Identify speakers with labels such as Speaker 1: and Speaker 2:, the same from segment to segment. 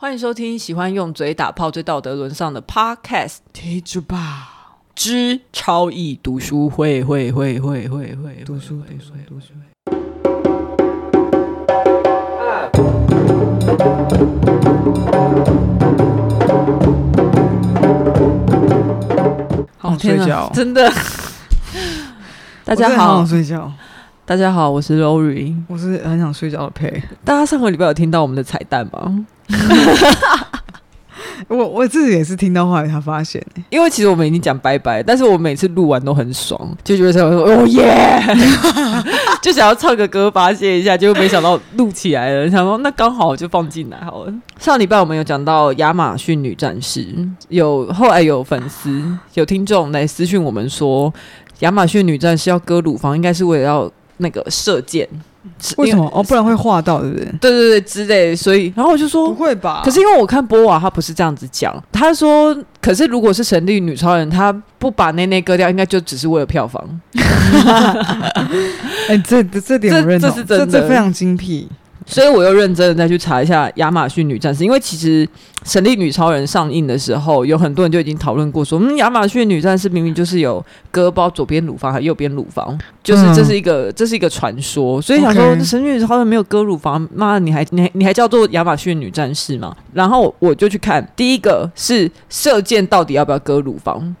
Speaker 1: 欢迎收听喜欢用嘴打炮、最道德沦丧的 Podcast，听住吧之超易读书会会会会会会读书读书读书。好
Speaker 2: 想睡
Speaker 1: 天哪
Speaker 2: 觉
Speaker 1: 真 的。大
Speaker 2: 我
Speaker 1: 家
Speaker 2: 真的
Speaker 1: 好
Speaker 2: 想，睡觉，
Speaker 1: 大家好，我是 Lori。
Speaker 2: 我是很想睡觉的配。
Speaker 1: 大家上个礼拜有听到我们的彩蛋吗？
Speaker 2: 我我自己也是听到后来才发现，
Speaker 1: 因为其实我们已经讲拜拜，但是我每次录完都很爽，就觉得想说哦耶， 就想要唱个歌发泄一下，结果没想到录起来了，想说那刚好就放进来好了。上礼拜我们有讲到亚马逊女战士，有后来有粉丝有听众来私讯我们说，亚马逊女战士要割乳房，应该是为了要那个射箭，是
Speaker 2: 为什么？
Speaker 1: 因
Speaker 2: 哦，不然会画到，对不对？
Speaker 1: 对对对之类，所以然后我就说
Speaker 2: 不会吧？
Speaker 1: 哦可是因为我看波娃，他不是这样子讲，他说，可是如果是神力女超人，她不把内内割掉，应该就只是为了票房。
Speaker 2: 哎、这这这点
Speaker 1: 这
Speaker 2: 我认同，
Speaker 1: 这是真的
Speaker 2: 这非常精辟。
Speaker 1: 所以我又认真的再去查一下亚马逊女战士，因为其实神力女超人上映的时候，有很多人就已经讨论过说，嗯，亚马逊女战士明明就是有割包左边乳房还右边乳房，就是
Speaker 2: 嗯
Speaker 1: 这是一个、这是一个传说，所以想说
Speaker 2: OK
Speaker 1: 神力女超人没有割乳房，妈你还你还你还叫做亚马逊女战士吗？然后我就去看，第一个是射箭到底要不要割乳房，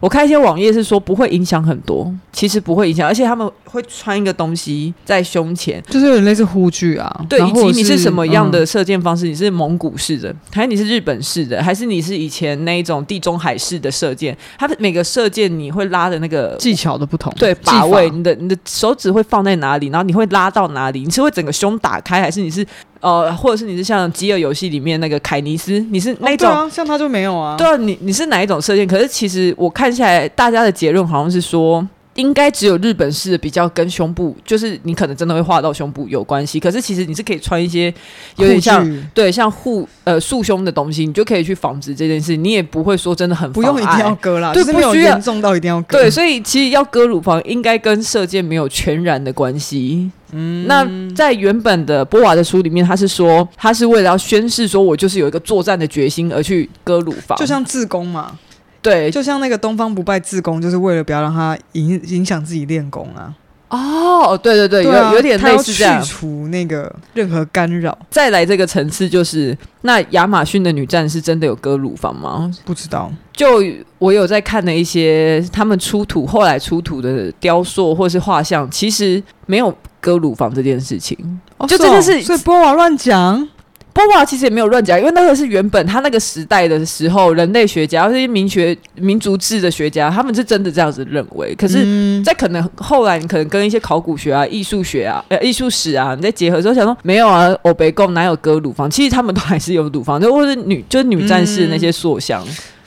Speaker 1: 我看一些网页是说不会影响很多，其实不会影响，而且他们会穿一个东西在胸前。
Speaker 2: 就是有点类似护具啊，
Speaker 1: 对，
Speaker 2: 然
Speaker 1: 以
Speaker 2: 后
Speaker 1: 及你
Speaker 2: 是
Speaker 1: 是什么样
Speaker 2: 嗯
Speaker 1: 的射箭方式？你是蒙古式的，还是你是日本式的，还是你是以前那一种地中海式的射箭？它每个射箭你会拉的那个
Speaker 2: 技巧的不同，
Speaker 1: 对
Speaker 2: 技法
Speaker 1: 把位，你的你的手指会放在哪里，然后你会拉到哪里？你是会整个胸打开，还是你是呃，或者是你是像饥饿游戏里面那个凯尼斯，你是
Speaker 2: 哦
Speaker 1: 那
Speaker 2: 对
Speaker 1: 种？
Speaker 2: 啊，像他就没有啊，
Speaker 1: 对啊，你你是哪一种射箭？可是其实我看下来，大家的结论好像是说，应该只有日本式的比较跟胸部，就是你可能真的会画到胸部有关系。可是其实你是可以穿一些有点像
Speaker 2: 护具
Speaker 1: 对像护呃束胸的东西，你就可以去防止这件事。你也不会说真的很
Speaker 2: 不用一定
Speaker 1: 妨碍
Speaker 2: 要割啦，
Speaker 1: 对
Speaker 2: 就是没有
Speaker 1: 不需要
Speaker 2: 严重到一定要割。
Speaker 1: 对，所以其实要割乳房应该跟射箭没有全然的关系。嗯，那在原本的波娃的书里面，他是说他是为了要宣示说我就是有一个作战的决心而去割乳房，
Speaker 2: 就像自宫嘛，
Speaker 1: 对
Speaker 2: 就像那个东方不败自宫，就是为了不要让他影影响自己练功啊。
Speaker 1: 哦，对对对，
Speaker 2: 对啊
Speaker 1: 有有点
Speaker 2: 他
Speaker 1: 类
Speaker 2: 要
Speaker 1: 似这样
Speaker 2: 去。除那个任何干扰。
Speaker 1: 再来这个层次就是，那亚马逊的女战士真的有割乳房吗？
Speaker 2: 不知道，
Speaker 1: 就我有在看的一些他们出土后来出土的雕塑或是画像，其实没有割乳房这件事情。
Speaker 2: 哦
Speaker 1: 就是
Speaker 2: 哦
Speaker 1: 这件事
Speaker 2: 所以波娃乱讲，
Speaker 1: 波娃其实也没有乱讲，因为那个是原本他那个时代的时候，人类学家或是一些民学民族志的学家，他们是真的这样子认为。可是，
Speaker 2: 嗯
Speaker 1: 在可能后来，你可能跟一些考古学啊、艺术学啊、呃艺术史啊，你再结合之后，想说没有啊，欧北贡哪有割乳房？其实他们都还是有乳房，就或是女就是女战士那些塑像、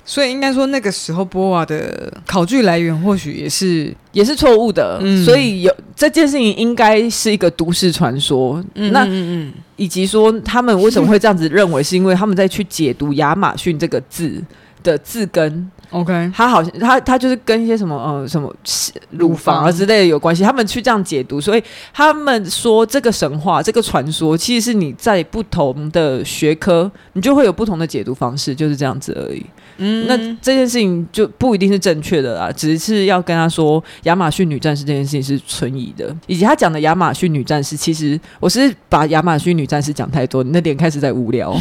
Speaker 2: 所以应该说那个时候波娃的考据来源或许也是，
Speaker 1: 也是错误的，
Speaker 2: 嗯
Speaker 1: 所以有这件事情应该是一个都市传说。那
Speaker 2: 嗯
Speaker 1: 以及说他们为什么会这样子认为，是因为他们在去解读亚马逊这个字的字根，
Speaker 2: 嗯，OK，
Speaker 1: 它好像它它就是跟一些什么呃什么是乳
Speaker 2: 乳
Speaker 1: 房啊
Speaker 2: 房
Speaker 1: 之类的有关系，他们去这样解读，所以他们说这个神话这个传说，其实是你在不同的学科，你就会有不同的解读方式，就是这样子而已。
Speaker 2: 嗯
Speaker 1: 那 这件事情就不一定是正确的啦，只是要跟他说亚马逊女战士这件事情是存疑的，以及他讲的亚马逊女战士，其实我是把亚马逊女战士讲太多，你的脸开始在无聊，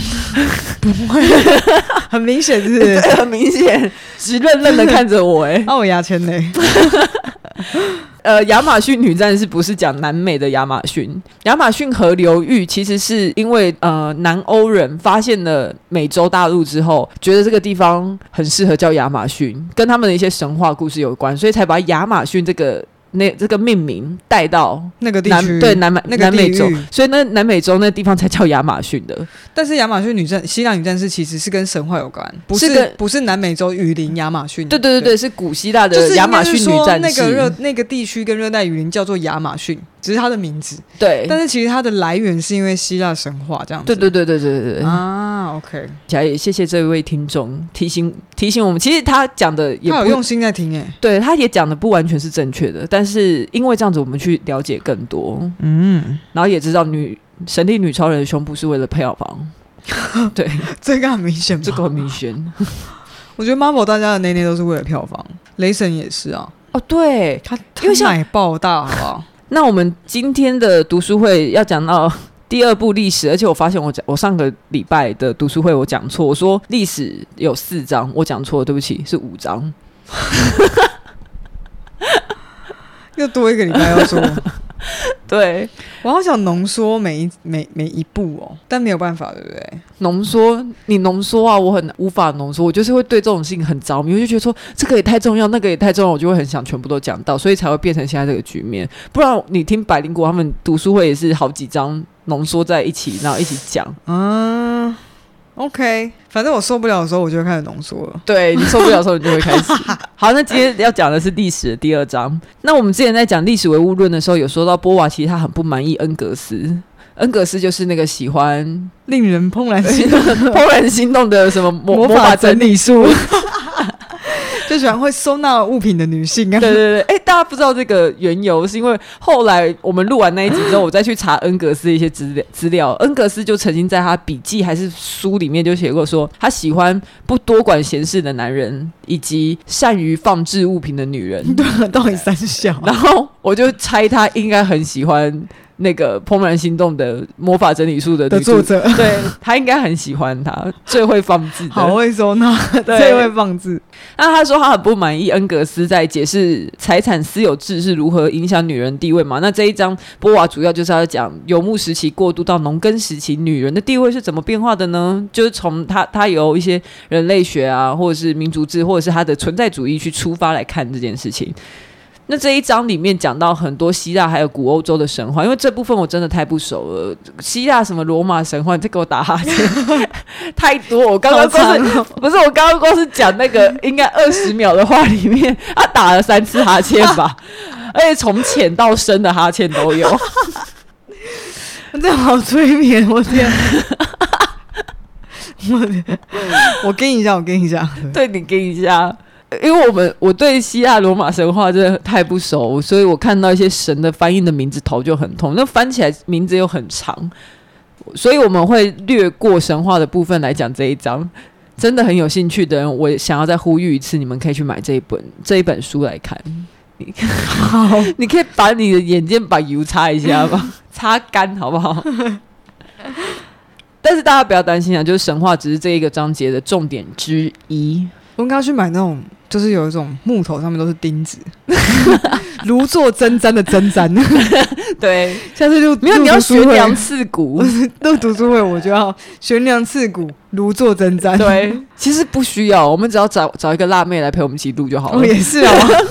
Speaker 2: 很明显是不是
Speaker 1: 很明显，直愣愣的看着我、欸，哎，
Speaker 2: 澳牙签呢，
Speaker 1: 呃，亚马逊女战士不是讲南美的亚马逊，亚马逊河流域其实是因为呃南欧人发现了美洲大陆之后，觉得这个地方很适合叫亚马逊，跟他们的一些神话故事有关，所以才把亚马逊这个。那这个命名带到
Speaker 2: 那个地
Speaker 1: 南
Speaker 2: 区
Speaker 1: 对南美
Speaker 2: 那个
Speaker 1: 南美洲
Speaker 2: 地域，
Speaker 1: 所以那南美洲那地方才叫亚马逊的。
Speaker 2: 但是亚马逊女战希腊女战士其实是跟神话有关，不
Speaker 1: 是跟
Speaker 2: 不是南美洲雨林亚马逊，
Speaker 1: 对对对对，是古希腊
Speaker 2: 对。就是
Speaker 1: 的亚马逊女
Speaker 2: 应该是说
Speaker 1: 战
Speaker 2: 那个热
Speaker 1: 士。
Speaker 2: 那个地区跟热带雨林叫做亚马逊，只是它的名字，
Speaker 1: 对，
Speaker 2: 但是其实它的来源是因为希腊神话这样子。
Speaker 1: 对对对对对对对。
Speaker 2: 啊，OK，
Speaker 1: 小也谢谢这位听众提醒提醒我们，其实他讲的也
Speaker 2: 他
Speaker 1: 不
Speaker 2: 有用心在听诶、
Speaker 1: 对，他也讲的不完全是正确的，但是因为这样子，我们去了解更多，
Speaker 2: 嗯，
Speaker 1: 然后也知道女神力女超人的胸部是为了票房， 对，
Speaker 2: 这个很啊明显吧，
Speaker 1: 这个很明显。
Speaker 2: 我觉得 Marvel 大家的内内都是为了票房，雷神也是啊，
Speaker 1: 哦，对，
Speaker 2: 他他
Speaker 1: 因为像
Speaker 2: 奶爆大，好不 好？
Speaker 1: 那我们今天的读书会要讲到第二部历史，而且我发现我讲我上个礼拜的读书会我讲错，我说历史有四章，我讲错了，对不起，是五章。
Speaker 2: 又多一个礼拜要说，
Speaker 1: 对，
Speaker 2: 我好想浓缩每一每每一步哦，但没有办法，对不对？
Speaker 1: 浓缩，你浓缩啊，我很无法浓缩，我就是会对这种事情很着迷，我就觉得说这个也太重要，那个也太重要，我就会很想全部都讲到，所以才会变成现在这个局面。不然你听百灵果他们读书会也是好几章浓缩在一起，然后一起讲，
Speaker 2: 嗯，OK，反正我受不了的时候，我就会开始浓缩了。
Speaker 1: 对你受不了的时候，你就会开始。好，那今天要讲的是历史的第二章。那我们之前在讲历史唯物论的时候，有说到波娃其实他很不满意恩格斯。恩格斯就是那个喜欢
Speaker 2: 令人怦然心
Speaker 1: 怦然心动的什么魔
Speaker 2: 魔
Speaker 1: 法
Speaker 2: 法
Speaker 1: 整
Speaker 2: 整
Speaker 1: 理术，
Speaker 2: 就喜欢会收纳物品的女性 啊。
Speaker 1: 对对对，哎、大家不知道这个缘由，是因为后来我们录完那一集之后，我再去查恩格斯的一些资料。资料，恩格斯就曾经在他笔记还是书里面就写过说，他喜欢不多管闲事的男人，以及善于放置物品的女 人。
Speaker 2: 对，到底三小啊
Speaker 1: 然后我就猜他应该很喜欢那个《怦然心动》的魔法整理术的女
Speaker 2: 的作，者，
Speaker 1: 对他应该很喜欢他，最会放置的。
Speaker 2: 好会收纳，
Speaker 1: 对
Speaker 2: 最会放置。
Speaker 1: 那他说他很不满意恩格斯在解释财产私有制是如何影响女人地位嘛？那这一章波娃主要就是要讲游牧时期过渡到农耕时期，女人的地位是怎么变化的呢？就是从他他由一些人类学啊，或者是民族志，或者是他的存在主义去出发来看这件事情。那这一章里面讲到很多希腊还有古欧洲的神话，因为这部分我真的太不熟了。希腊什么罗马神话，你再给我打哈欠，太多。我刚刚光是
Speaker 2: 好长哦
Speaker 1: 不是，我刚刚光是讲那个应该二十秒的话里面，他打了三次哈欠吧，而且从浅到深的哈欠都有。
Speaker 2: 这好催眠，我天！我的我跟你讲，我跟你讲，
Speaker 1: 对你给一下，因为我们我对希腊罗马神话真的太不熟，所以我看到一些神的翻译的名字头就很痛，那翻起来名字又很长，所以我们会略过神话的部分来讲这一章。真的很有兴趣的人，我想要再呼吁一次，你们可以去买这一本这一本书来看。
Speaker 2: 好，
Speaker 1: 你可以把你的眼睛把油擦一下吧，擦干好不好？但是大家不要担心啊，就是神话只是这一个章节的重点之一。
Speaker 2: 我应该要去买那种，就是有一种木头上面都是钉子， 如坐针毡的针毡。
Speaker 1: 对，
Speaker 2: 下次就
Speaker 1: 没有你要
Speaker 2: 学
Speaker 1: 悬梁刺股。
Speaker 2: 那读书会我就要悬梁刺股，如坐针毡。，
Speaker 1: 对，其实不需要，我们只要找找一个辣妹来陪我们一起录就好了。
Speaker 2: 哦，也是哦。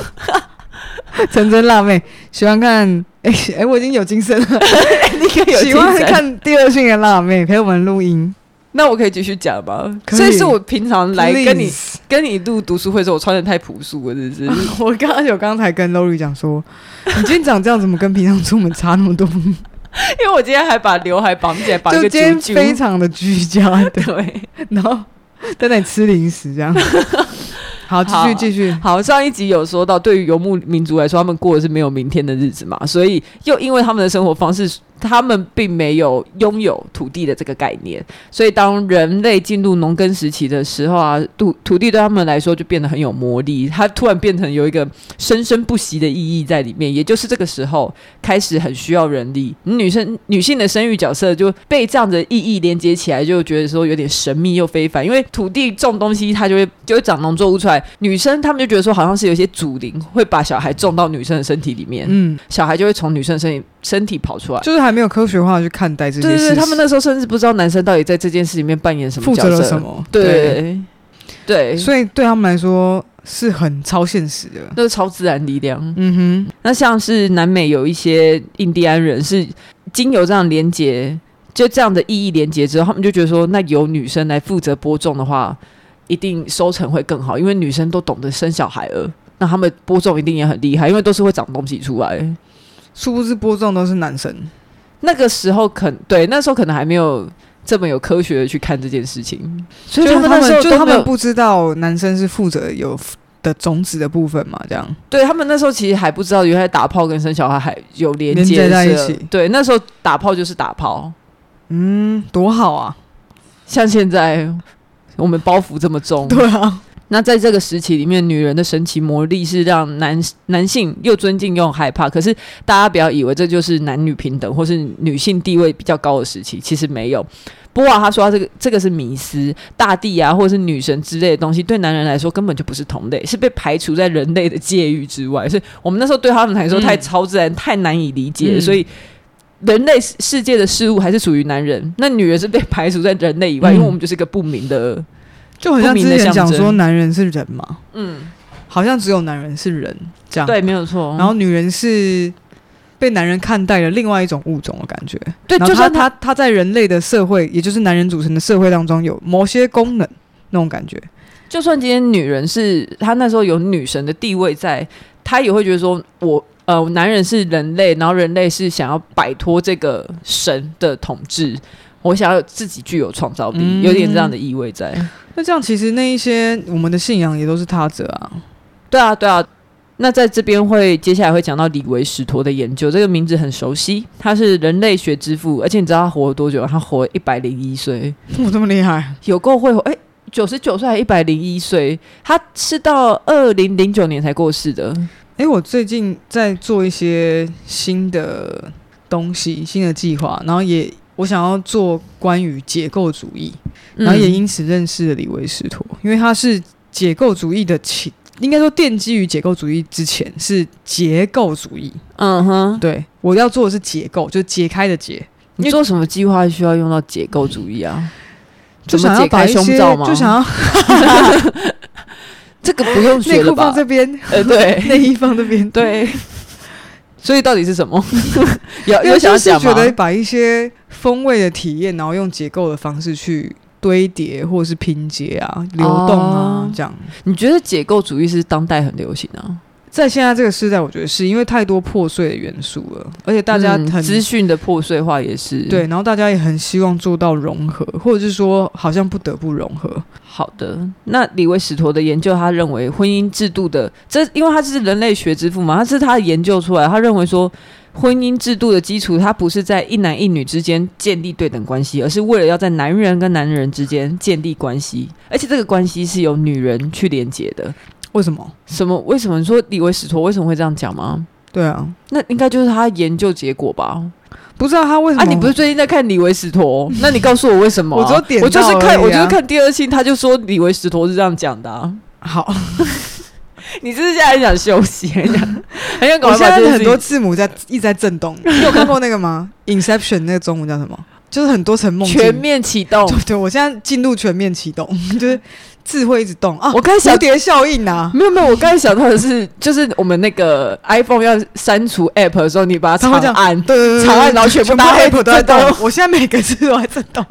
Speaker 2: 陈真辣妹喜欢看，哎、哎、我已经有精神了，
Speaker 1: 你可以有
Speaker 2: 喜
Speaker 1: 精
Speaker 2: 欢
Speaker 1: 神。
Speaker 2: 看第二性的辣妹陪我们录音。
Speaker 1: 那我可以继续讲吗？
Speaker 2: 可以
Speaker 1: 所以是我平常来跟你
Speaker 2: Please
Speaker 1: 跟你录读书会的时候，我穿的太朴素了，是不是？
Speaker 2: 我刚刚有刚才跟 Lori 讲说，你今天长这样，怎么跟平常出门差那么多？
Speaker 1: 因为我今天还把刘海绑起来，绑一
Speaker 2: 就
Speaker 1: 个
Speaker 2: 今天
Speaker 1: 啾啾。
Speaker 2: 非常的 居家，对，
Speaker 1: 对。
Speaker 2: 然后在那里吃零食这样。 好，继
Speaker 1: 好
Speaker 2: 续继续。
Speaker 1: 好，上一集有说到，对于游牧民族来说，他们过的是没有明天的日子嘛，所以又因为他们的生活方式，他们并没有拥有土地的这个概念，所以当人类进入农耕时期的时候啊，土土地对他们来说就变得很有魔力，它突然变成有一个生生不息的意义在里面，也就是这个时候开始很需要人力，女生女性的生育角色就被这样的意义连接起来，就觉得说有点神秘又非凡，因为土地种东西，它就会就会长农作物出来，女生她们就觉得说好像是有一些祖灵会把小孩种到女生的身体里面，
Speaker 2: 嗯，
Speaker 1: 小孩就会从女生身体身体跑出来。
Speaker 2: 就是还没有科学化地去看待这些
Speaker 1: 对
Speaker 2: 事
Speaker 1: 对
Speaker 2: 情。
Speaker 1: 对，他们那时候甚至不知道男生到底在这件事里面扮演什么
Speaker 2: 负
Speaker 1: 角
Speaker 2: 责
Speaker 1: 色，
Speaker 2: 了什么？
Speaker 1: 对对，
Speaker 2: 所以对他们来说是很超现实的。
Speaker 1: 那是超自然力量。
Speaker 2: 嗯
Speaker 1: 那像是南美有一些印第安人是经由这样连接，就这样的意义连接之后，他们就觉得说，那由女生来负责播种的话，一定收成会更好，因为女生都懂得生小孩了。那他们播种一定也很厉害，因为都是会长东西出来。
Speaker 2: 哼，殊不知播种都是男生。
Speaker 1: 那个时候可对，那时候可能还没有这么有科学的去看这件事情，所以
Speaker 2: 就
Speaker 1: 他
Speaker 2: 是
Speaker 1: 们
Speaker 2: 他
Speaker 1: 那时候
Speaker 2: 们就
Speaker 1: 都
Speaker 2: 是他
Speaker 1: 没有
Speaker 2: 们不知道男生是负责有的种子的部分嘛，这样
Speaker 1: 对他们那时候其实还不知道，原来打炮跟生小孩还有连接
Speaker 2: 连接在一
Speaker 1: 是
Speaker 2: 起
Speaker 1: 对，那时候打炮就是打炮，
Speaker 2: 嗯，多好啊！
Speaker 1: 像现在我们包袱这么重，
Speaker 2: 对啊，
Speaker 1: 那在这个时期里面，女人的神奇魔力是让男男性又尊敬又害怕。可是大家不要以为这就是男女平等或是女性地位比较高的时期，其实没有。波娃他说他这个这个是迷思，大地啊或者是女神之类的东西，对男人来说根本就不是同类，是被排除在人类的界域之外。所以我们那时候对他们来说
Speaker 2: 嗯
Speaker 1: 太超自然、太难以理解，
Speaker 2: 嗯
Speaker 1: 所以。人类世界的事物还是属于男人，那女人是被排除在人类以外，
Speaker 2: 嗯
Speaker 1: 因为我们就是一个不明的，
Speaker 2: 就很像
Speaker 1: 不
Speaker 2: 之
Speaker 1: 明的
Speaker 2: 前
Speaker 1: 象
Speaker 2: 讲说
Speaker 1: 征
Speaker 2: 男人是人嘛，
Speaker 1: 嗯，
Speaker 2: 好像只有男人是人这样，
Speaker 1: 对，没有错。
Speaker 2: 然后女人是被男人看待的另外一种物种的感觉。
Speaker 1: 对，
Speaker 2: 然
Speaker 1: 就
Speaker 2: 后他
Speaker 1: 算
Speaker 2: 他他在人类的社会，也就是男人组成的社会当中，有某些功能那种感觉。
Speaker 1: 就算今天女人是她那时候有女神的地位在，她也会觉得说我。呃，男人是人类，然后人类是想要摆脱这个神的统治，我想要自己具有创造力，
Speaker 2: 嗯
Speaker 1: 有点这样的意味在。
Speaker 2: 那这样其实那一些我们的信仰也都是他者啊，
Speaker 1: 对啊，对啊。那在这边会接下来会讲到李维史陀的研究，这个名字很熟悉，他是人类学之父，而且你知道他活了多久吗？他活了一百零一岁，
Speaker 2: 我这么厉害，
Speaker 1: 有够会活，哎、九十九岁还一百零一岁，他是到二零零九年才过世的。
Speaker 2: 诶，我最近在做一些新的东西、新的计划，然后也我想要做关于解构主义，然后也因此认识了李维斯托，因为他是解构主义的起，应该说奠基于解构主义之前是结构主义。
Speaker 1: 嗯哼，
Speaker 2: 对，我要做的是解构，就是解开的解，
Speaker 1: 你做什么计划需要用到解构主义 啊？
Speaker 2: 就
Speaker 1: 怎么
Speaker 2: 想要
Speaker 1: 解
Speaker 2: 把
Speaker 1: 开
Speaker 2: 一
Speaker 1: 胸
Speaker 2: 些
Speaker 1: 罩吗？
Speaker 2: 就想要
Speaker 1: 这个不用学
Speaker 2: 内
Speaker 1: 了
Speaker 2: 裤放
Speaker 1: 吧？
Speaker 2: 这边，
Speaker 1: 呃， 对
Speaker 2: 内衣放这 边，
Speaker 1: 对，所以到底是什么？ 有
Speaker 2: 因
Speaker 1: 有想
Speaker 2: 为就
Speaker 1: 要
Speaker 2: 是
Speaker 1: 讲吗
Speaker 2: 觉？得把一些风味的体验，然后用结构的方式去堆叠或者是拼接啊、流动啊，
Speaker 1: 哦
Speaker 2: 这样。
Speaker 1: 你觉得解构主义是当代很流行啊？
Speaker 2: 在现在这个时代，我觉得是因为太多破碎的元素了，而且大家
Speaker 1: 嗯
Speaker 2: 很、
Speaker 1: 资讯的破碎化也是
Speaker 2: 对，然后大家也很希望做到融合，或者是说好像不得不融合。
Speaker 1: 好的，那李维史陀的研究，他认为婚姻制度的这，因为他是人类学之父嘛，他是他研究出来，他认为说婚姻制度的基础，它不是在一男一女之间建立对等关系，而是为了要在男人跟男人之间建立关系，而且这个关系是由女人去连接的。
Speaker 2: 为什么？
Speaker 1: 什么？为什么你说李维史陀为什么会这样讲吗？
Speaker 2: 对啊，
Speaker 1: 那应该就是他研究结果吧？
Speaker 2: 不知道他为什么。
Speaker 1: 啊，你不是最近在看李维史陀？那你告诉我为什么啊、
Speaker 2: 我只有点
Speaker 1: 我就是
Speaker 2: 到而
Speaker 1: 看，
Speaker 2: 已
Speaker 1: 我就是
Speaker 2: 啊
Speaker 1: 看第二性，他就说李维史陀是这样讲的、啊。
Speaker 2: 好？
Speaker 1: 你是不是现在很想休息？很想，很想搞快
Speaker 2: 我现在
Speaker 1: 把这件事
Speaker 2: 很
Speaker 1: 情
Speaker 2: 多字母在一直在震 动。你有看过那个吗？Inception 那个中文叫什么？就是很多层梦境
Speaker 1: 全面哦启动。
Speaker 2: 对对，我现在进入全面启动， 就是智慧一直动 啊，
Speaker 1: 我刚才想嗯
Speaker 2: 蝴，蝶效应啊，
Speaker 1: 没有没有，我刚才想到的是，就是我们那个 iPhone 要删除 App 的时候，你把
Speaker 2: 它
Speaker 1: 它
Speaker 2: 会
Speaker 1: 长
Speaker 2: 这 样
Speaker 1: 按，
Speaker 2: 对对对，
Speaker 1: 长按，然后
Speaker 2: 对
Speaker 1: 全部
Speaker 2: 全部
Speaker 1: 大家
Speaker 2: app 都在动
Speaker 1: 震，
Speaker 2: 我现在每个字都在震动。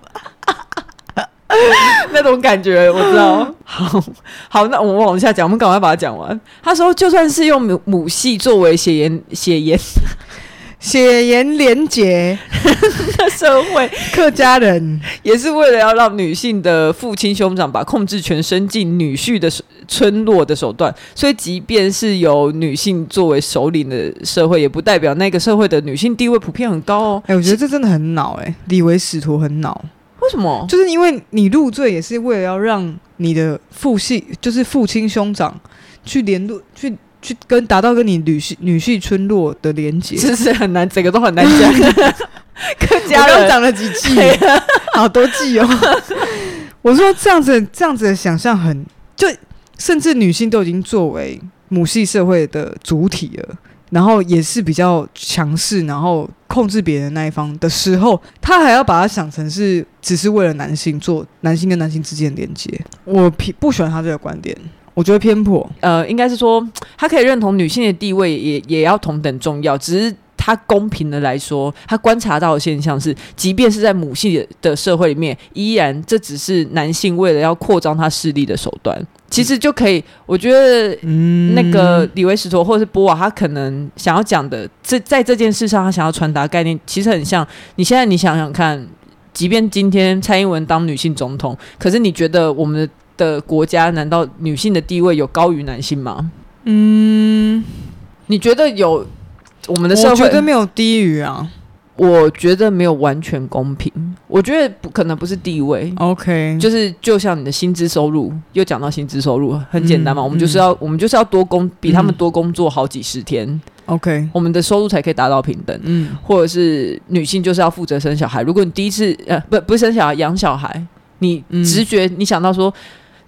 Speaker 1: 那种感觉，我知道。 好好，那我们往下讲，我们赶快把它讲完。他说，就算是用母母系作为血缘血缘
Speaker 2: 血缘连结，
Speaker 1: 的社会，
Speaker 2: 客家人，
Speaker 1: 也是为了要让女性的父亲兄长把控制权伸进女婿的手村落的手段，所以即便是由女性作为首领的社会，也不代表那个社会的女性地位普遍很高哦。
Speaker 2: 哎、我觉
Speaker 1: 是
Speaker 2: 得这真的很恼哎、李维使徒很恼，
Speaker 1: 为什 么？
Speaker 2: 就是因为你入赘也是为了要让你的父系，就是父亲兄长去联络，去去跟达到跟你女婿女婿村落的连结。
Speaker 1: 真是很难，整个都很难 讲。客
Speaker 2: 我
Speaker 1: 家
Speaker 2: 刚刚
Speaker 1: 人
Speaker 2: 讲了几 季， 好多季哦。 我说这样子，这样子的想象很，就甚至女性都已经作为母系社会的主体了，然后也是比较强势，然后控制别人那一方的时候，她还要把它想成是只是为了男性做男性跟男性之间的连接。我偏不喜欢他这个观点，我觉得偏颇。
Speaker 1: 呃，应该是说他可以认同女性的地位也也要同等重要，只是。他公平的来说，他观察到的现象是，即便是在母系的社会里面，依然这只是男性为了要扩张他势力的手段。其实就可以，我觉得
Speaker 2: 嗯
Speaker 1: 那个李维史陀或者是波瓦，他可能想要讲的，这在这件事上，他想要传达的概念，其实很像。你现在你想想看，即便今天蔡英文当女性总统，可是你觉得我们的的国家，难道女性的地位有高于男性吗？
Speaker 2: 嗯，
Speaker 1: 你觉得有我们的社
Speaker 2: 我
Speaker 1: 会
Speaker 2: 觉得没有低于啊，
Speaker 1: 我觉得没有完全公平，我觉得不可能不是地位，
Speaker 2: OK，就
Speaker 1: 就是就像你的薪资收入，又讲到薪资收入，很简单嘛，
Speaker 2: 嗯
Speaker 1: 我们就是要、我们就是要多工比他们
Speaker 2: 嗯
Speaker 1: 多工作好几十天，
Speaker 2: OK，
Speaker 1: 我们的收入才可以达到平等。
Speaker 2: 嗯，
Speaker 1: 或者是女性就是要负责生小孩，如果你第一次呃不不是生小孩养小孩，你
Speaker 2: 嗯
Speaker 1: 直觉、你想到说。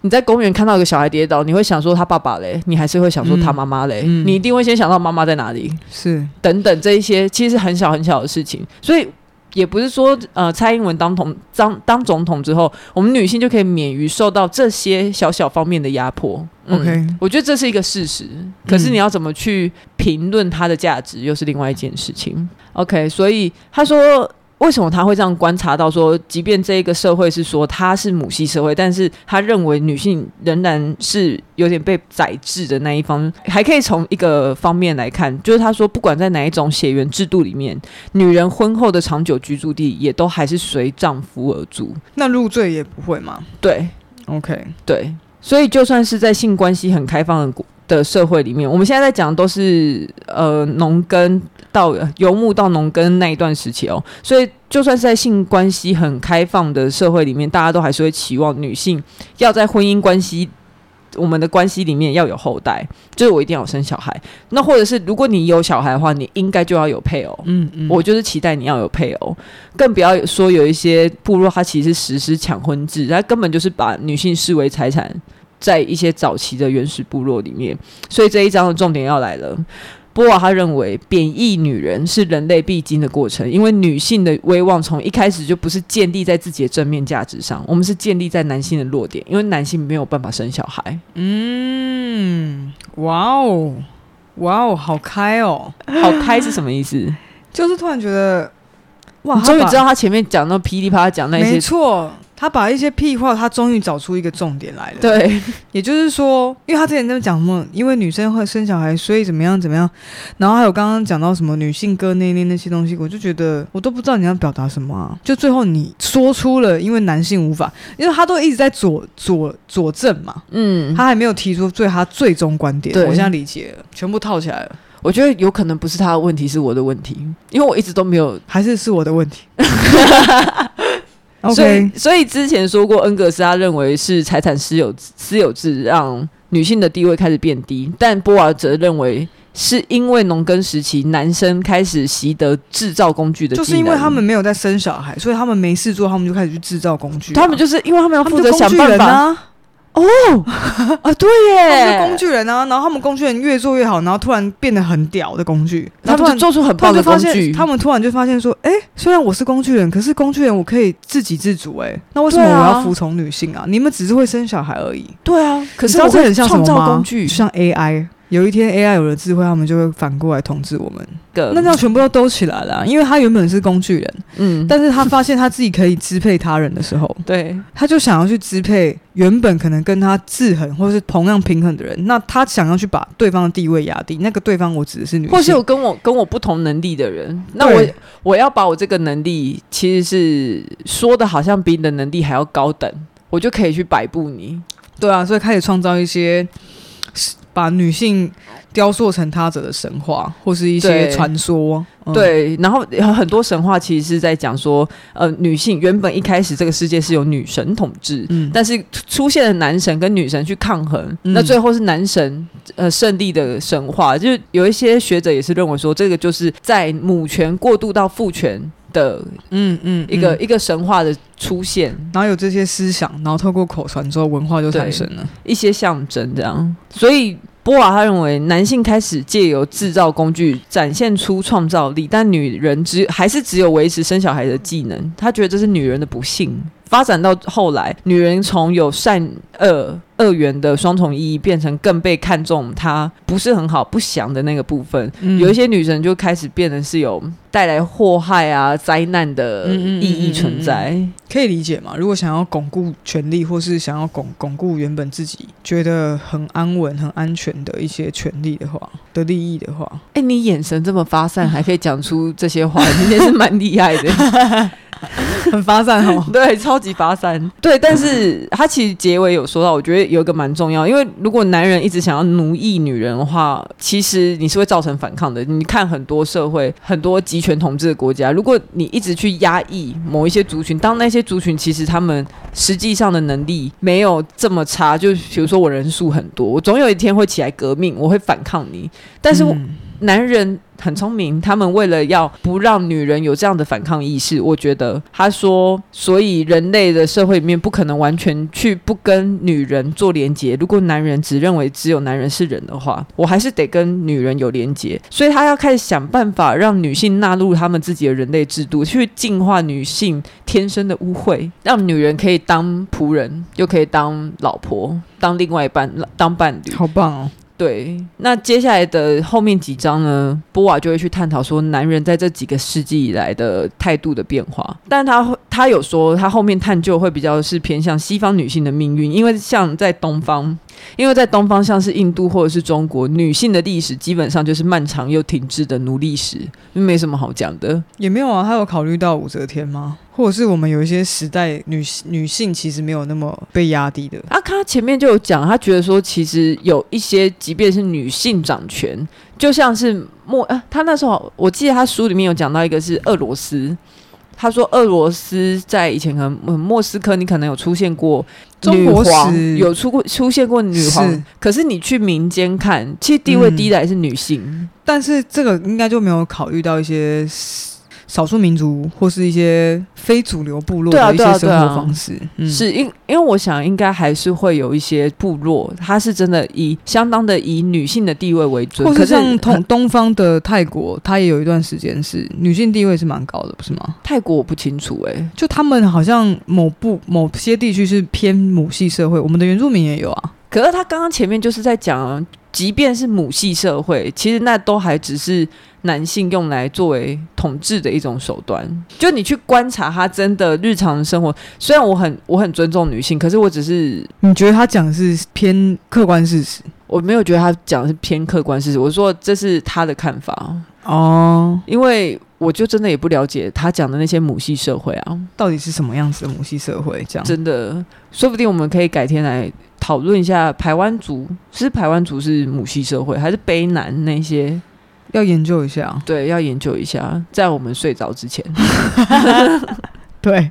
Speaker 1: 你在公园看到一个小孩跌倒，你会想说他爸爸嘞，你还是会想说他妈妈嘞，
Speaker 2: 嗯嗯
Speaker 1: 你一定会先想到妈妈在哪里，
Speaker 2: 是
Speaker 1: 等等这一些，其实是很小很小的事情，所以也不是说呃蔡英文当统当当总统之后，我们女性就可以免于受到这些小小方面的压迫。嗯
Speaker 2: OK，
Speaker 1: 我觉得这是一个事实，可是你要怎么去评论它的价值，又是另外一件事情。OK，所以他说。为什么他会这样观察到说，即便这一个社会是说他是母系社会，但是他认为女性仍然是有点被宰制的那一方，还可以从一个方面来看，就是他说，不管在哪一种血缘制度里面，女人婚后的长久居住地也都还是随丈夫而住。
Speaker 2: 那入赘也不会嘛
Speaker 1: 对，
Speaker 2: ？OK，
Speaker 1: 对，所以就算是在性关系很开放的国的社会里面，我们现在在讲的都是呃农耕到游牧到农耕那一段时期哦，所以就算是在性关系很开放的社会里面，大家都还是会期望女性要在婚姻关系。我们的关系里面要有后代，就是我一定要有生小孩。那或者是如果你有小孩的话，你应该就要有配偶。
Speaker 2: 嗯嗯
Speaker 1: 我就是期待你要有配偶，更不要说有一些部落，它其实实施抢婚制，它根本就是把女性视为财产，在一些早期的原始部落里面。所以这一章的重点要来了。波瓦他认为，贬义女人是人类必经的过程，因为女性的威望从一开始就不是建立在自己的正面价值上，我们是建立在男性的弱点，因为男性没有办法生小 孩。
Speaker 2: 嗯，哇哦，哇哦，好开哦，
Speaker 1: 好开是什么意思？
Speaker 2: 就是突然觉得，哇，
Speaker 1: 你终于
Speaker 2: 他把
Speaker 1: 知道他前面讲到噼里啪啦讲那
Speaker 2: 没
Speaker 1: 些，
Speaker 2: 错，他把一些屁话，他终于找出一个重点来了。，
Speaker 1: 对，
Speaker 2: 也就是说，因为他之前在讲什么，因为女生会生小孩，所以怎么样怎么样，然后还有刚刚讲到什么女性割内内那些东西，我就觉得我都不知道你要表达什么啊。就最后你说出了，因为男性无法，因为他都一直在佐佐佐证嘛，
Speaker 1: 嗯，
Speaker 2: 他还没有提出最他最终观点。
Speaker 1: 对
Speaker 2: 我现在理解了，全部套起来了，
Speaker 1: 我觉得有可能不是他的问题，是我的问题，因为我一直都没有。
Speaker 2: 还是是我的 问题。
Speaker 1: 所
Speaker 2: OK，
Speaker 1: 以，所以之前说过，恩格斯他认为是财产私有私有制让女性的地位开始变低，但波瓦则认为是因为农耕时期男生开始习得制造工具的技
Speaker 2: 就
Speaker 1: 能，
Speaker 2: 是因为他们没有在生小孩，所以他们没事做，他们就开始去制造工具啊、
Speaker 1: 他们就是因为他们要
Speaker 2: 他们
Speaker 1: 负
Speaker 2: 就
Speaker 1: 责想
Speaker 2: 工具
Speaker 1: 办
Speaker 2: 人
Speaker 1: 法
Speaker 2: 啊。
Speaker 1: 啊，对
Speaker 2: 他们
Speaker 1: 耶，
Speaker 2: 是工具人啊，然后他们工具人越做越好，然后突然变得很屌的工具，
Speaker 1: 他
Speaker 2: 然后突
Speaker 1: 们
Speaker 2: 然
Speaker 1: 就做出很
Speaker 2: 他
Speaker 1: 棒的
Speaker 2: 们就
Speaker 1: 工
Speaker 2: 发
Speaker 1: 具，
Speaker 2: 现，他们突然就发现说，哎、虽然我是工具人，可是工具人我可以自给自足、哎，那为什么
Speaker 1: 对
Speaker 2: 我
Speaker 1: 啊
Speaker 2: 要服从女性啊？你们只是会生小孩而已，
Speaker 1: 对啊，可
Speaker 2: 你
Speaker 1: 是
Speaker 2: 知道
Speaker 1: 我
Speaker 2: 这
Speaker 1: 会
Speaker 2: 很像什
Speaker 1: 创
Speaker 2: 么
Speaker 1: 造
Speaker 2: 吗
Speaker 1: 工具
Speaker 2: 就，像 AI。有一天 AI 有了智慧，他们就会反过来统治我们。
Speaker 1: 个
Speaker 2: 那这样全部都兜起来了啊、因为他原本是工具人，
Speaker 1: 嗯，
Speaker 2: 但是他发现他自己可以支配他人的时候，
Speaker 1: 对
Speaker 2: 他就想要去支配原本可能跟他制衡或是同样平衡的人，那他想要去把对方的地位压低。那个对方我指的是女性，
Speaker 1: 或是有跟我跟我不同能力的人，那我
Speaker 2: 对
Speaker 1: 我要把我这个能力，其实是说的好像比你的能力还要高等，我就可以去摆布你。
Speaker 2: 对啊，所以开始创造一些把女性雕塑成他者的神话，或是一些
Speaker 1: 对
Speaker 2: 传说。嗯，
Speaker 1: 对，然后有很多神话其实是在讲说，呃，女性原本一开始这个世界是由女神统治，
Speaker 2: 嗯，
Speaker 1: 但是出现了男神跟女神去抗衡，
Speaker 2: 嗯
Speaker 1: 那最后是男神呃胜利的神话，就是有一些学者也是认为说，这个就是在母权过渡到父权的
Speaker 2: 嗯嗯
Speaker 1: 一个、
Speaker 2: 嗯
Speaker 1: 一个神话的出现。
Speaker 2: 然后有这些思想，然后透过口传之后，文化就
Speaker 1: 对
Speaker 2: 产生了。
Speaker 1: 一些象征这样。所以波瓦他认为，男性开始借由制造工具展现出创造力，但女人只还是只有维持生小孩的技能。他觉得这是女人的不幸。发展到后来，女人从有善恶二元的双重意义，变成更被看重她不是很好、不祥的那个部分。
Speaker 2: 嗯
Speaker 1: 有一些女神就开始变得是有带来祸害啊、灾难的
Speaker 2: 嗯嗯嗯嗯
Speaker 1: 意义存在。
Speaker 2: 可以理解嘛？如果想要巩固权利，或是想要巩巩固原本自己觉得很安稳、很安全的一些权利的话的利益的话，
Speaker 1: 哎、你眼神这么发散，还可以讲出这些话，你也是蛮厉害的。
Speaker 2: 很发散哦。
Speaker 1: 对，超级发散。对，但是他其实结尾有说到，我觉得有一个蛮重要，因为如果男人一直想要奴役女人的话，其实你是会造成反抗的。你看很多社会，很多集权统治的国家，如果你一直去压抑某一些族群，当那些族群其实他们实际上的能力没有这么差，就比如说我人数很多，我总有一天会起来革命，我会反抗你，但是我。
Speaker 2: 嗯
Speaker 1: 男人很聪明，他们为了要不让女人有这样的反抗意识，我觉得他说，所以人类的社会里面不可能完全去不跟女人做连接。如果男人只认为只有男人是人的话，我还是得跟女人有连接，所以他要开始想办法让女性纳入他们自己的人类制度，去净化女性天生的污秽，让女人可以当仆人，又可以当老婆，当另外一半，当伴侣。
Speaker 2: 好棒哦！
Speaker 1: 对，那接下来的后面几章呢，波瓦就会去探讨说男人在这几个世纪以来的态度的变化。但他会他有说，他后面探究会比较是偏向西方女性的命运，因为像在东方，因为在东方像是印度或者是中国，女性的历史基本上就是漫长又停滞的奴隶史，没什么好讲的。
Speaker 2: 也没有啊，他有考虑到武则天吗？或者是我们有一些时代女女性其实没有那么被压低的，
Speaker 1: 阿卡啊前面就有讲，他觉得说，其实有一些，即便是女性掌权，就像是莫，呃，他那时候我记得他书里面有讲到一个是俄罗斯，他说俄罗斯在以前可能、嗯莫斯科，你可能有出现过
Speaker 2: 中
Speaker 1: 女
Speaker 2: 国
Speaker 1: 皇，
Speaker 2: 史
Speaker 1: 有出过出现过女皇，
Speaker 2: 是嗯
Speaker 1: 可是你去民间看，其实地位低的还是女性。
Speaker 2: 但是这个应该就没有考虑到一些 s- 少数民族或是一些非主流部落
Speaker 1: 对啊
Speaker 2: 的一些
Speaker 1: 对啊
Speaker 2: 生
Speaker 1: 对啊
Speaker 2: 活方式。嗯，
Speaker 1: 是因因为我想应该还是会有一些部落，它是真的以相当的以女性的地位为准，
Speaker 2: 或
Speaker 1: 可
Speaker 2: 是像
Speaker 1: 很
Speaker 2: 同东方的泰国，它也有一段时间是女性地位是蛮高的，不是吗？
Speaker 1: 泰国我不清楚哎、
Speaker 2: 就他们好像某部某些地区是偏母系社会，我们的原住民也有啊。
Speaker 1: 可是他刚刚前面就是在讲，即便是母系社会，其实那都还只是男性用来作为统治的一种手段。就你去观察他真的日常生活，虽然我很我很尊重女性，可是我只是
Speaker 2: 你觉得他讲的是偏客观事实
Speaker 1: 我没有觉得他讲的是偏客观事实。我说这是他的看法，
Speaker 2: 哦？
Speaker 1: 因为我就真的也不了解他讲的那些母系社会啊，
Speaker 2: 到底是什么样子的母系社会？这样
Speaker 1: 真的，说不定我们可以改天来。讨论一下台湾族，是台湾族是母系社会，还是卑南那些？
Speaker 2: 要研究一下。
Speaker 1: 对，要研究一下，在我们睡着之前。
Speaker 2: 对，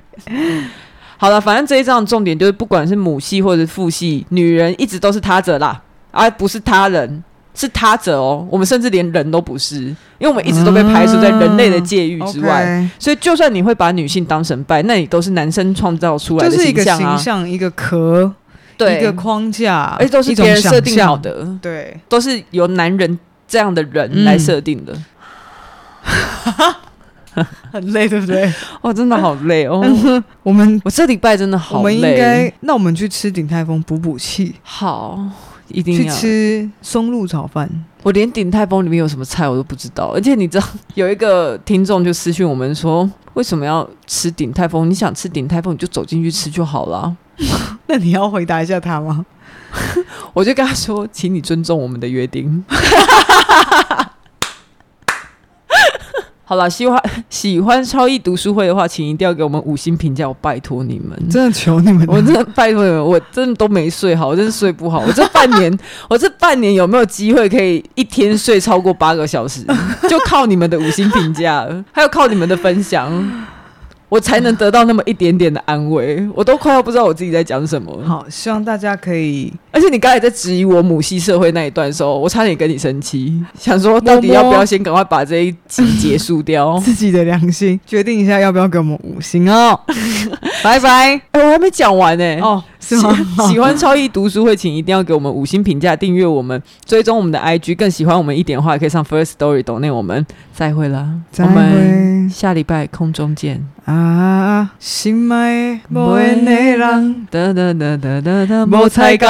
Speaker 1: 好了，反正这一章的重点就是，不管是母系或者是父系，女人一直都是他者啦，而、不是他人，是他者哦。我们甚至连人都不是，因为我们一直都被排除在人类的界域之外。
Speaker 2: 嗯 OK
Speaker 1: 所以，就算你会把女性当神拜，那你都是男生创造出来
Speaker 2: 就
Speaker 1: 的
Speaker 2: 是一个
Speaker 1: 象啊，
Speaker 2: 形象，一个壳，
Speaker 1: 对，哎
Speaker 2: 一个框架，
Speaker 1: 而且都是
Speaker 2: 一种
Speaker 1: 别人设
Speaker 2: 想
Speaker 1: 定
Speaker 2: 象
Speaker 1: 好，的，
Speaker 2: 对，
Speaker 1: 都是由男人这样的人
Speaker 2: 嗯
Speaker 1: 来设定的。
Speaker 2: 很累，对不对？
Speaker 1: 哇，真的好累哦！
Speaker 2: 我 们
Speaker 1: 我这礼拜真的
Speaker 2: 我
Speaker 1: 好累，
Speaker 2: 们应该，那我们去吃鼎泰丰补补气，
Speaker 1: 好，一定
Speaker 2: 去
Speaker 1: 要
Speaker 2: 吃松露炒饭，
Speaker 1: 我连鼎泰丰里面有什么菜我都不知道，而且你知道有一个听众就私讯我们说，为什么要吃鼎泰丰？你想吃鼎泰丰，你就走进去吃就好了。
Speaker 2: 那你要回答一下他吗？
Speaker 1: 我就跟他说，请你尊重我们的约定。 好了，喜欢喜欢超易读书会的话，请一定要给我们五星评价，我拜托你们。
Speaker 2: 真的求你们 了，
Speaker 1: 我 真的拜托你们，我真的都没睡好，我真是睡不好。我这半年， 我这半年有没有机会可以一天睡超过八个小 时，就靠你们的五星评价了，还有靠你们的分享，我才能得到那么一点点的安慰。我都快要不知道我自己在讲什么。
Speaker 2: 好，希望大家可以
Speaker 1: 而且你刚才在质疑我母系社会那一段的时候，我差点跟你生 气，想说到底
Speaker 2: 摸摸。
Speaker 1: 要不要先赶快把这一集结束掉
Speaker 2: 自己的良心决定一下要不要给我们五星哦， 拜拜
Speaker 1: 哎、我还没讲完呢、
Speaker 2: 哦，是
Speaker 1: 喜
Speaker 2: 吗？
Speaker 1: 喜欢超易读书会，请一定要给我们五星评价、订阅我们、追踪我们的 IG。更喜欢我们一点的话，可以上 First Story 懂内我们。再会啦，
Speaker 2: 再
Speaker 1: 我们
Speaker 2: 会
Speaker 1: 下礼拜空中见。
Speaker 2: 啊，心爱的无缘的人，
Speaker 1: 哒哒哒哒哒哒，
Speaker 2: 无彩工。